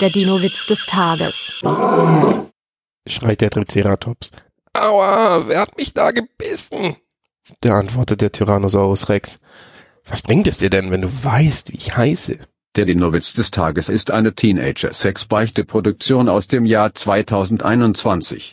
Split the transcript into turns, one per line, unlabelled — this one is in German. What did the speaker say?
Der Dino-Witz des Tages.
schreit der Triceratops. Aua, wer hat mich da gebissen? Da antwortet der Tyrannosaurus Rex. Was bringt es dir denn, wenn du weißt, wie ich heiße?
Der Dinowitz des Tages ist eine Teenager-Sex-Beichte-Produktion aus dem Jahr 2021.